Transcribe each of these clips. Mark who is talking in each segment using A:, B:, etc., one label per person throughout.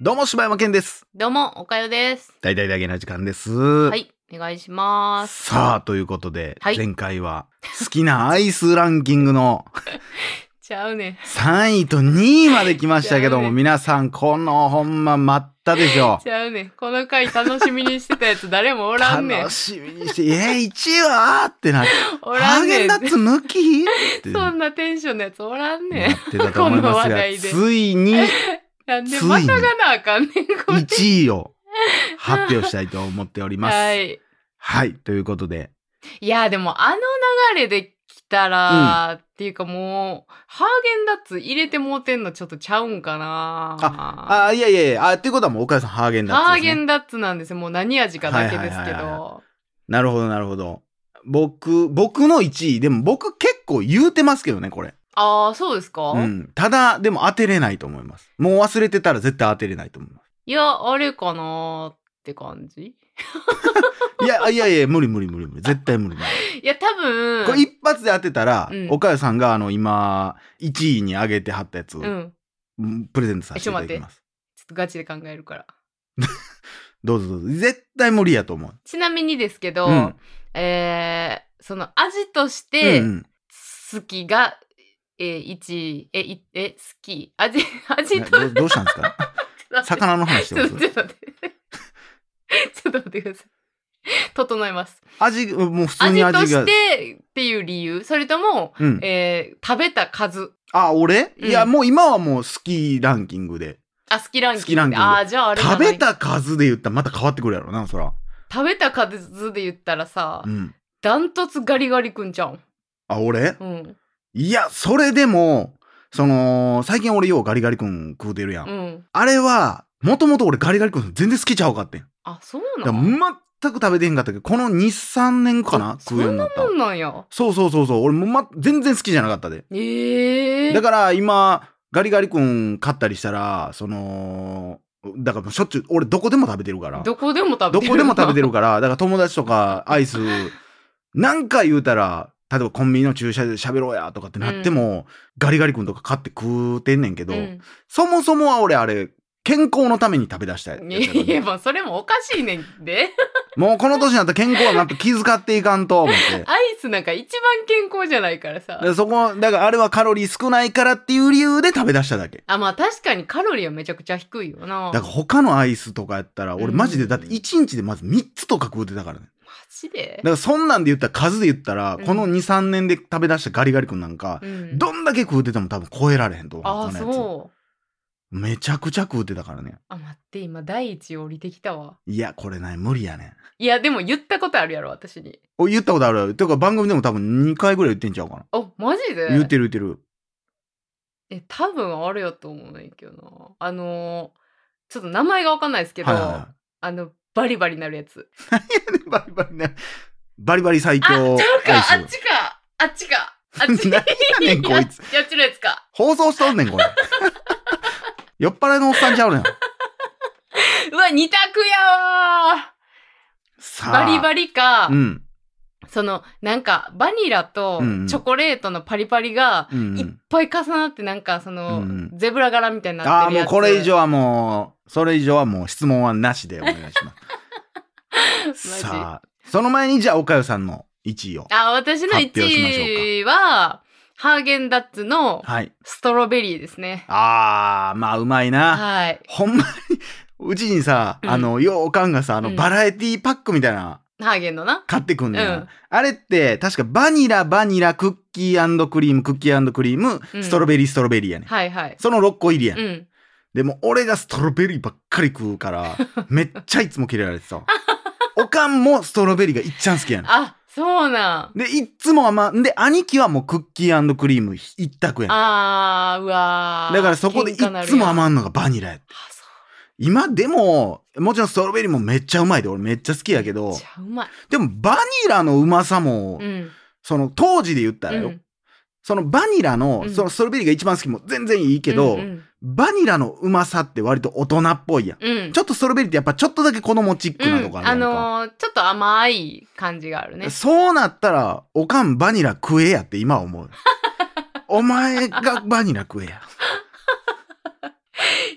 A: どうも、柴山健です。
B: どうも、おかよです。
A: 大々だけな時間です。
B: はい、お願いします。
A: さあ、ということで、
B: はい
A: 前回は好きなアイスランキングの
B: ちゃうね。
A: 3位と2位まで来ました けど
B: や
A: も、
B: べ
A: 皆さん、このほんま待ったでしょ
B: ちゃうね。この回楽しみにしてたやつ誰もお
A: う。
B: らんねん
A: 楽。しみにして、えー、1位はってなって、
B: おら
A: ハー
B: ん
A: ゲ
B: ね
A: ン
B: ん。
A: ダッツ抜きって
B: そ
A: なっ
B: んなテンションのやつおらんねん。
A: てたと思いま
B: この
A: す
B: 話
A: が、
B: 題で
A: つい に
B: なんで
A: ついに
B: またがなあかんねん、これ。
A: 1位を発表したいと思っております。は、
B: はいい。
A: ということで、
B: いや、でもあの流れで来たら、っていうかもう、ハーゲンダッツ入れてもうてんのちょっとちゃうんかな
A: あ、いやいやいや、あ、っていうことはもう、岡井さん、ハーゲンダッツ
B: ハ
A: で
B: ー
A: す、ね。
B: ゲンダッツなんですよ。もう何味かだけです
A: は
B: け
A: いはいはい
B: ど。
A: なるほど、なるほど。僕、僕の1位、でも僕結構言うてますけどね、これ。
B: ああ、そうですか、
A: うん。ただ、でも当てれないと思います。もう忘れてたら絶対当てれないと思いま
B: いや、あれかなーって感じ
A: す。いや、あいやいや、無理無理無理無理。絶対無理無理。
B: いや、多分。
A: これ一発で当てたら
B: うん、
A: 岡谷さんがあの、今、1位に上げてはったやつを
B: うん。
A: うんプレゼントさせていただきます。
B: ちょっとガチで考えるから。
A: どうぞどうぞ。絶対無理やと思う。
B: ちなみにですけど、
A: うん
B: えー、その味とし
A: うん
B: て、
A: うん
B: 好きが、えー、1位、え、いえ、好き。味、味
A: な
B: と、
A: どうどうしたんですか 魚の話して
B: ちょ
A: ま
B: っ
A: す
B: と待って、ちょっ と待って。ちょっと待ってください。整えます。
A: 味もう普通
B: 味
A: に
B: と
A: 味が
B: してっていう理由それとも、
A: うん、
B: えー、食べた数。
A: あ俺、
B: うん
A: いやもう今はもう好きランキングで
B: あ、好きランキング。
A: 好きランキング
B: あーじゃああれじゃ
A: 食
B: ない
A: べた数で言ったらまた変わってくるやろなそら
B: 食べた数で言ったらさ、
A: うん
B: ダントツガリガリくんちゃうん。
A: あ俺
B: うん。
A: いやそれでもその最近俺ようガリガリ君食うてるやん、
B: うん。
A: あれはもともと俺ガリガリ君全然好きちゃうかってん
B: あ、そう
A: だか
B: な
A: ら
B: ん
A: 全く食べてへんかったけどこの23年かな
B: そ
A: 食うようになった
B: そうなんや。
A: そうそうそうそう俺も、ま、全然好きじゃなかったで
B: ええー。
A: だから今ガリガリ君買ったりしたらそのだからもうしょっちゅう俺どこでも食べてるから
B: どこでも食べ
A: ど
B: てる。
A: こでも食べてるから、だから友達とかアイス、何回言うたら、例えばコンビニの駐車場で喋ろうやとかってなっても、ガリガリ君とか買って食うてんねんけど、
B: うん
A: そもそもは俺あれ、健康のために食べ出したやつやから
B: い
A: ね
B: や、まあ、それもおかしいねんで。
A: もうこの年になったら健康はやっぱ気遣っていかんと思 って。
B: アイスなんか一番健康じゃないからさ。
A: でそこ、だからあれはカロリー少ないからっていう理由で食べ出しただけ。
B: あ、まあ、確かにカロリーはめちゃくちゃ低いよな。
A: だから他のアイスとかやったら、俺マジでだって1日でまず3つとか食うてたからね。
B: マジで
A: だからそんなんで言ったら数で言ったら、
B: うん
A: この2、3年で食べ出したガリガリ君なんか、
B: うん。
A: どんだけ食うてても多分超えられへんと思う。
B: あ
A: この
B: あ、
A: やつ
B: そう。
A: めちゃくちゃ食うてたからね。
B: あ、待って、今、第一位降りてきたわ。
A: いや、これない、無理やねん。
B: いや、でも言ったことあるやろ、私に。
A: お言ったことあるていうか番組でも多分2回ぐらい言ってんちゃうかな。
B: あ、マジで
A: 言ってる言ってる。
B: え多分あれやと思うねんけどなあのーちょっと名前がわかんないですけど、
A: はいはい は
B: あのバリバリなるやつ
A: い。バリバリね。バリバリ最
B: あちゃ
A: 強
B: うか
A: ア
B: あ
A: イ
B: っ
A: ス。
B: ちかあっちかあっち
A: 何やねんこいつ
B: ややっちのやつか
A: 放送しとんねん、 これ。酔っ払いのおっさんちゃうねん。
B: うわ二択やわ
A: さ
B: ー
A: あ。
B: バリバリか、
A: うん。
B: そのなんかバニラと
A: うんうん
B: チョコレートのパリパリが
A: うんうん
B: いっぱい重なってなんかその、
A: うんうん
B: ゼブラ柄みたいにな
A: あ
B: っ
A: あ、
B: てる
A: もう
B: やつ
A: これ以上はもう、それ以上はもう質問はなしでお願いし ます。
B: ジ
A: さあ、その前にじゃあ、岡代さんの1位を。
B: あ私の
A: 発表しましょうか
B: 1位はハーゲンダッツの
A: はい。
B: ストロベリーですね
A: あー、まあ、うまいな。
B: はい
A: ほんまに、うちにさ、
B: うん
A: あの、ようおかんがさ、あの、
B: うん
A: バラエティパックみたいなの
B: ハーゲンのな
A: 買ってくんねん。
B: うん
A: あれって、確かバニラ、バニラ、クッキークリーム、クッキークリーム、
B: うん
A: ストロベリー、ストロベリーやねん。
B: はいはい。
A: その6個入りやねん。
B: うん。
A: でも、俺がストロベリーばっかり食う から、めっちゃいつもキレられてたわ。おかんもストロベリーがいっちゃん好きやねん。
B: あ、そうなん。
A: で、いっつもはまあ、で、兄貴はもうクッキークリーム一択やねん。
B: あー、うわー。
A: だからそこでいっつも
B: い。
A: 余んのがバニラやった
B: あ、そう。
A: 今でも、もちろんストロベリーもめっちゃうまいで、俺めっちゃ好きやけど
B: じゃ、あうまい。
A: でもバニラのうまさも、
B: うん。
A: その当時で言ったらよ、
B: うん
A: そのバニラの、
B: うん
A: そのストロベリーが一番好きも全然いいけど、
B: うん
A: バニラのうまさって割と大人っぽいやん。
B: うん。
A: ちょっとストロベリーってやっぱちょっとだけ子供チックなとこ
B: うん
A: あ
B: あ
A: るやんか。
B: のー、ちょっと甘い感じがあるね。
A: そうなったら、おかんバニラ食えやって今は思う。お前がバニラ食えや。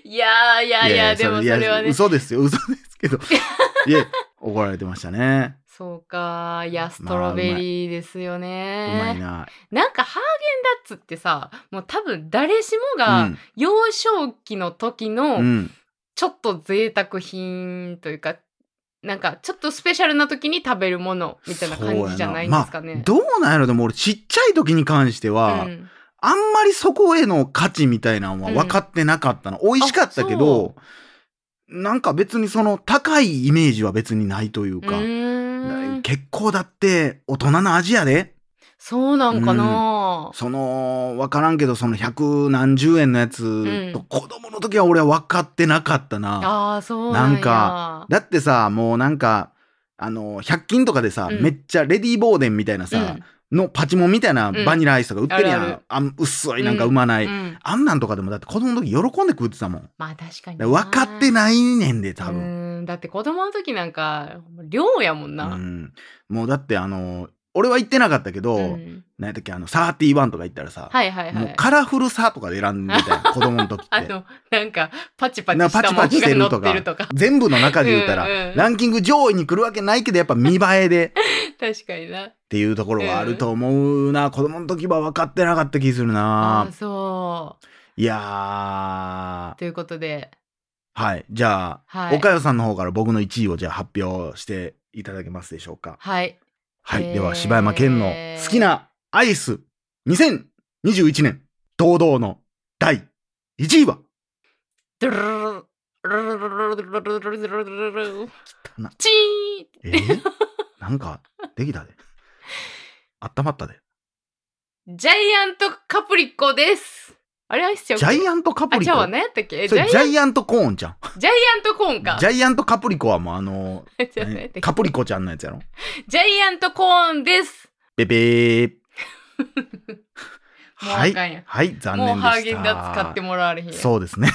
B: いやー いやいや、でもそれはい
A: や
B: ね。
A: 嘘ですよ、嘘です けど。いや、怒られてましたね。
B: そうか。いや、ストロベリーですよ
A: う
B: ね。
A: まいな。
B: なんかハーゲンダッツってさ、もう多分誰しもが幼少期の時
A: うん。う
B: の
A: ん。
B: ちょっと贅沢品というか、なんかちょっとスペシャルな時に食べるものみたいな感じじゃないんですかね。
A: どうなんやろでも俺ちっちゃい時に関しては、
B: うん
A: あんまりそこへの価値みたいなのは分かってなかったの。美味しかったけど、なんか別にその高いイメージは別にないという
B: う
A: か、
B: ーん
A: 結構だって大人の味やで。
B: そうなんかな、
A: その、わからんけど、その百何十円のやつと、
B: うん
A: 子供の時は俺は分かってなかったな。
B: ああそうなんや
A: なんかだってさ、もうなんか、あの、100均とかでさ、
B: うん
A: めっちゃレディー・ボーデンみたいなさ、のパチモンみたいなバニラアイスとか売ってるやん。
B: うん
A: あ
B: あるある
A: ん薄いなんかうまな
B: う
A: い、
B: んうん
A: あんなんとかでもだって子供の時喜んで食ってたもん。
B: まあ確かに
A: だから分かって
B: い
A: ないねんで、多分。
B: 分だって子供の時なんか量やもん
A: う
B: な、
A: ん。もうだってあの、俺は行ってなかったけど、
B: うん
A: 何やったっけ、あの、31とか行ったらさ、
B: はいはいは
A: もう
B: い
A: カラフルさとかで選んでみた いな、子供の時って。
B: あのなんかパチパチ
A: な
B: したも
A: パチパチしてる
B: のが乗
A: と
B: っ
A: か
B: てるとか
A: 全部の中で言ったら、
B: うんうん
A: ランキング上位に来るわけないけど、やっぱ見栄えでっ
B: 確かにな
A: ていうところはあると思うな。子供の時は分かってなかった気する
B: あ
A: な
B: あ。そ
A: いや
B: うということで
A: ー。はい。じゃあ、
B: はい
A: 岡代さんの方から僕の1位をじゃあ発表していただけますでしょうか。
B: はい
A: はい。
B: えー
A: では、柴山健の好きなアイス2021年堂々の第1位は
B: ドゥルルルルルルルルルルルルルル
A: な
B: チーン
A: え ーなんか、できたで。あったまった で。
B: ジャイアントカプリコですあれアイスちゃう
A: ジャイアントカプ
B: あ
A: リ
B: ちゃうわ
A: コ。
B: 何やったっけえ
A: そ
B: ジャ
A: れ
B: イ
A: ジャイアントコーンじゃん。
B: ジャイアントコーンか
A: ジャイアントカプリコはもうあの、
B: ちょっと待って
A: カプリコちゃんのやつやろ。
B: ジャイアントコーンです。
A: ベベ ー。
B: もう
A: は
B: あ
A: い
B: かんや。
A: はい、残
B: もう
A: 念でした。
B: ハーゲンダッツ買ってもらわれへんや。
A: そう ですね。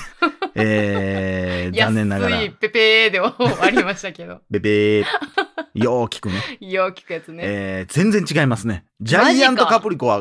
A: えー、残念ながら
B: 安い、ペペーで終わりましたけど。
A: ベベー。よー聞くね。
B: よう聞くやつね。
A: えー、全然違いますね。ジャイアントカプリコは、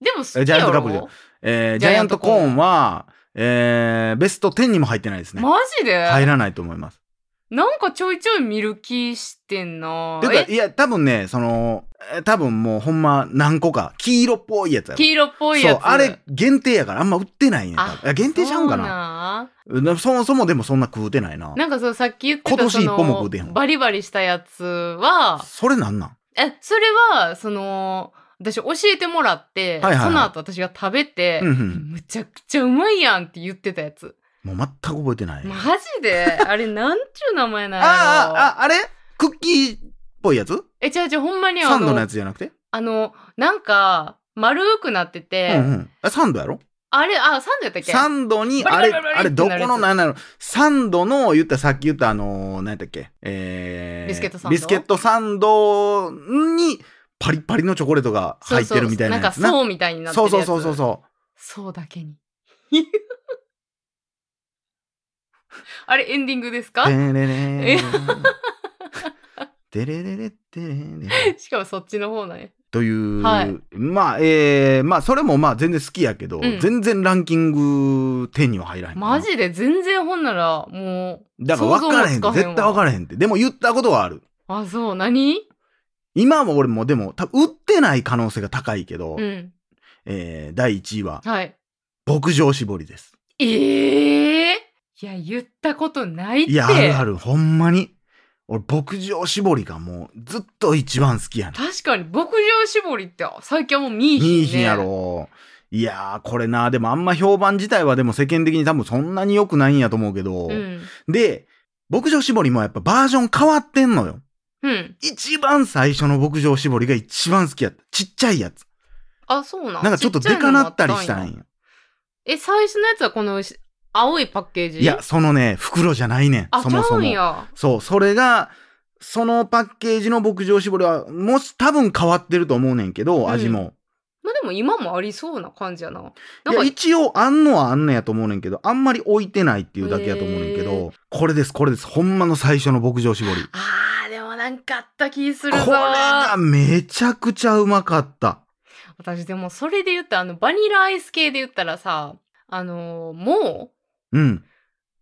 B: でも好きやろ
A: えジャイアントカプリコえー、ジャイアントコーンは、えー、ベスト10にも入ってないですね。
B: マジで、
A: 入らないと思います。
B: なんかちょいちょい見る気してんな
A: て。か、
B: え
A: いや、多分ね、その、えー多分もうほんま何個か、黄色っぽいやつやろ
B: 黄色っぽいや
A: そ
B: つ。
A: う、あれ限定やからあんま売ってないねん。多分いや限定ちゃうんか
B: そう
A: な
B: な
A: なそもそもでもそんな食うてないな。
B: なんかそうさっき言ってた
A: 今年
B: その
A: 一本も食うてへんわ
B: バリバリしたやつは
A: それなんなん
B: えそれはその私教えてもらって、
A: はいはいはい
B: その後私が食べて、
A: うんうん
B: むちゃくちゃうまいやんって言ってたやつ
A: もう全く覚えてない。
B: マ
A: あ
B: ジ であれなんちゅう名前なんやろ
A: あ、ああ、あれクッキーっぽいやつ
B: え違う違うほんまに
A: サ
B: あ
A: ンドのや
B: の
A: つじゃなくて
B: あのなんか丸くなってて、
A: うんうん。あサンドやろ
B: あれあサンドやったっけ
A: サンドに、
B: バリ
A: あ
B: バ
A: れ、
B: リバリ
A: あれ
B: って
A: ど
B: なるやつ
A: このなんなのサンドの、言ったさっき言ったあのー、何やったっけえー、
B: ビスケットサンド
A: ビスケットサンドにパリパリのチョコレートが
B: そう
A: 入っ
B: そう
A: てるみたいなやつな。
B: んかそうみたいになってる
A: そう
B: やつ
A: そうそうそうそう。
B: そうだけに あれエンディングですか
A: テレレ
B: え
A: ーテレレレテレレ
B: しかもそっちの方なんや
A: という、
B: はい
A: まあえー、まあそれもまあ全然好きやけど、
B: うん
A: 全然ランキング10には入らへんかな
B: マジで全然ほんならもう
A: だから分からへんって
B: 想像もつかへん
A: 絶
B: わ
A: 対分からへんってでも言ったことはある
B: あそう何
A: 今も俺もでも多分売ってない可能性が高いけど、
B: うん
A: えー第1位は
B: はい
A: 牧場絞りです
B: ええいや言ったことないって
A: いやあるあるほんまに俺牧場絞りがもうずっと一番好きやねん
B: 確かに牧場絞りって最近はもう見えひん、ね、
A: いい品やろ。いやー、これな、でもあんま評判自体はでも世間的に多分そんなに良くないんやと思うけど、
B: うん、
A: で、牧場絞りもやっぱバージョン変わってんのよ。
B: うん、
A: 一番最初の牧場絞りが一番好きやった。ちっちゃいやつ。
B: あそうなん
A: なんかちょっと
B: ちゃ
A: で
B: いの
A: か
B: も
A: な
B: あ
A: ったりした
B: ん
A: ん
B: や
A: や。
B: え最初のやつはこのし青いパッケージ
A: いや、そのね、袋じゃないねん。
B: あ
A: そも
B: ちゃ
A: そ
B: うん
A: も。
B: や
A: そう、それが、そのパッケージの牧場絞りは、もし多分変わってると思うねんけど、味も。
B: まあでも今もありそうな感じやなないん
A: や
B: か
A: 一応あんのはあんねやと思うねんけどあんまり置いてないっていうだけやと思うねんけ
B: へ
A: ど
B: ー
A: これですこれですほんまの最初の牧場絞りこ
B: あーでもなんかあった気する
A: れ
B: ぞ
A: がめちゃくちゃうまかった
B: 私でもそれで言ったらあのバニラアイス系で言ったらさあのも
A: うん。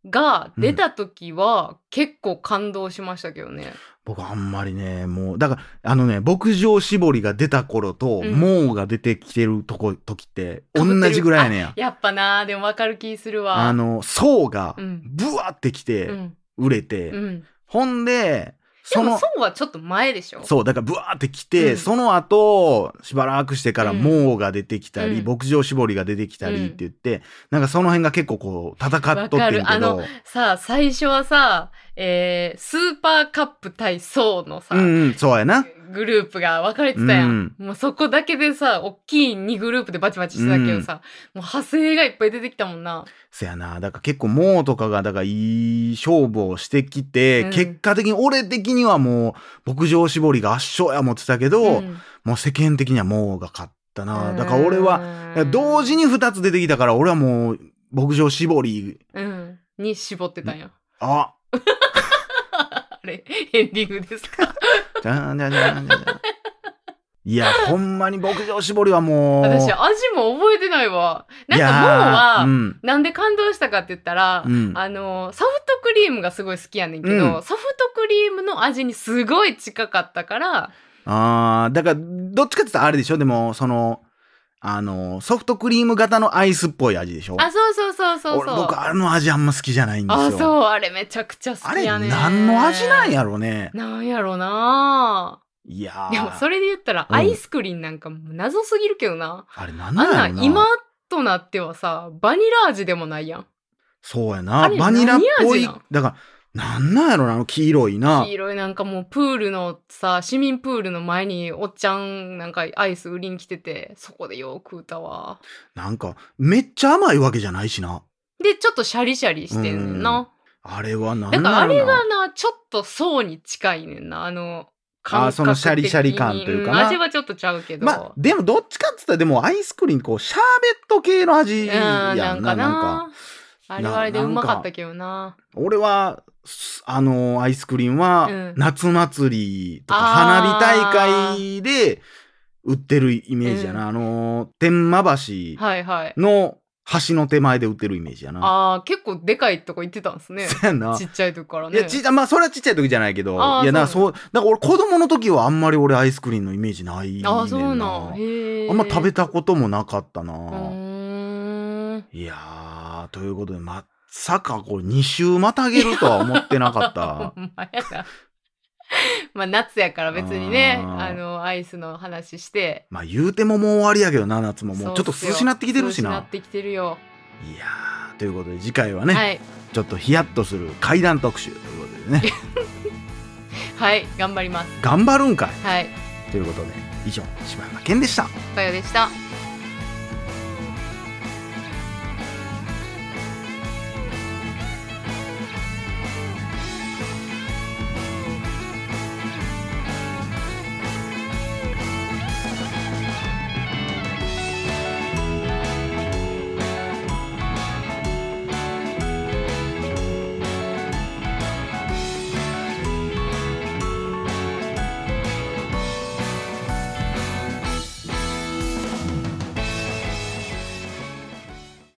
B: うが出た時は結構感動しましたけどね、
A: 僕あんまりね、もう、だから、あのね、牧場絞りが出た頃と、
B: うん
A: もうが出てきてるとこ、時って、
B: 被
A: 同
B: ってる
A: じぐらいやねんや。
B: やっぱなでもわかる気するわ
A: あの、層が
B: う、ん
A: ブワってき
B: う
A: て、
B: ん
A: 売れて、
B: うん
A: ほんで、
B: で
A: そ
B: も
A: の、
B: そうはちょっと前でしょ
A: そう、だからブワーってきて、
B: うん
A: その後、しばらくしてから、
B: うん
A: もうが出てきたり、
B: うん
A: 牧場絞りが出てきたりって言って、なんかその辺が結構こう、戦っとってる
B: わ
A: け
B: かるあ
A: ど
B: の、さあ最初はさ、えースーパーカップ対ソーのさ、
A: うんうん、そうやな。
B: グループが分かれてたやん、もうそこだけでさ大きい2グループでバチバチしてたけどさ、もう派生がいっぱい出てきたもんな
A: そやな。だから結構、もうとかが、だからいい勝負をしてきて、
B: うん
A: 結果的に、俺的にはもう、牧場絞りが圧勝や思ってたけど、
B: うん
A: もう世間的にはもうが勝ったな。だから俺は、
B: うん
A: 同時に2つ出てきたから、俺はもう、牧場絞り、
B: うん、に絞ってたんや。
A: あ、
B: あれ、エンディングですか。
A: じゃんじゃんじゃんじゃんじゃん。いや、ほんまに牧場絞りはもう。
B: 私、味も覚えてないわ。なん
A: い
B: か
A: や
B: もうは、
A: ーうん。
B: なんで感動したかって言ったら、
A: うん
B: あのソフトクリームがすごい好きやねんけど、
A: う
B: ソフトクリームの味にすごい近かったから、
A: ああ、だから、どっちかって言ったらあれでしょでも、その、あの、ソフトクリーム型のアイスっぽい味でしょ
B: あそうそうそうそう
A: 俺
B: そう
A: 僕、あれの味あんま好きじゃないんですよ。
B: あそうあれめちゃくちゃ好
A: あ
B: き
A: れ、
B: やねん
A: 何の味なんやろね。
B: なんやろない
A: やー
B: でもそれで言ったら
A: うん
B: アイスクリームなんかもう謎すぎるけどな、
A: あれ、何なんや
B: あ
A: ろ
B: んな
A: なん
B: 今となってはさバニラ味でもないやん
A: そうや
B: あ
A: な。
B: れ
A: バニラっぽい
B: 何味なん。
A: だから、なんなんやろな、あの黄色いな
B: 黄。色いなんかもうプールのさ市民プールの前におっちゃんなんかアイス売りに来ててそこでよく食うたわ
A: なんか、めっちゃ甘いわけじゃないしな。
B: でちょっとシャリシャリしてんねんな
A: あれは何な
B: だ
A: ん
B: か
A: やろな。
B: らあれがなちょっと層に近いねんなあの
A: あーそのシャリシャリ感というかな
B: 感覚的にん味はちょっとちゃうけど、
A: まあでもどっちかっつったらでもアイスクリームこうシャーベット系の味
B: うん
A: やんな
B: な
A: なんん
B: かな
A: か
B: あれはあれでうまかったけどな
A: 俺はすあのアイスクリームは
B: うん
A: 夏祭りとか
B: あ
A: 花
B: ー
A: 火大会で売ってるイメージやな、あの天満橋
B: はいはい
A: の橋の手前で売ってるイメージやな、
B: あー結構でかいとこ行ってたんです ね
A: そうやな
B: ちっちゃい時から
A: い
B: ね
A: やちまあそれはちっちゃい時じゃないけど
B: あー
A: いやな
B: そ
A: そうだから俺子供の時はあんまり俺アイスクリームのイメージないねん
B: あ
A: な
B: あそうなんへー
A: あんま食べたこともなかったな、
B: うーん
A: いやー、ということで、まさかこう2週またげるとは思ってなかった。
B: ほんまやな。 まあ夏やから別にね、
A: あー
B: あの、アイスの話して。
A: まあ言うてももう終わりやけどな、夏も。もうちょっと涼しなってきてるし
B: な
A: な
B: っ。てきてるよ。
A: いやー、ということで次回はね、
B: はい。
A: ちょっとヒヤッとする怪談特集ということでね、
B: はい。頑張ります。
A: 頑張るんかい
B: はい。
A: ということで、以上、柴山健でした。
B: おかよでした。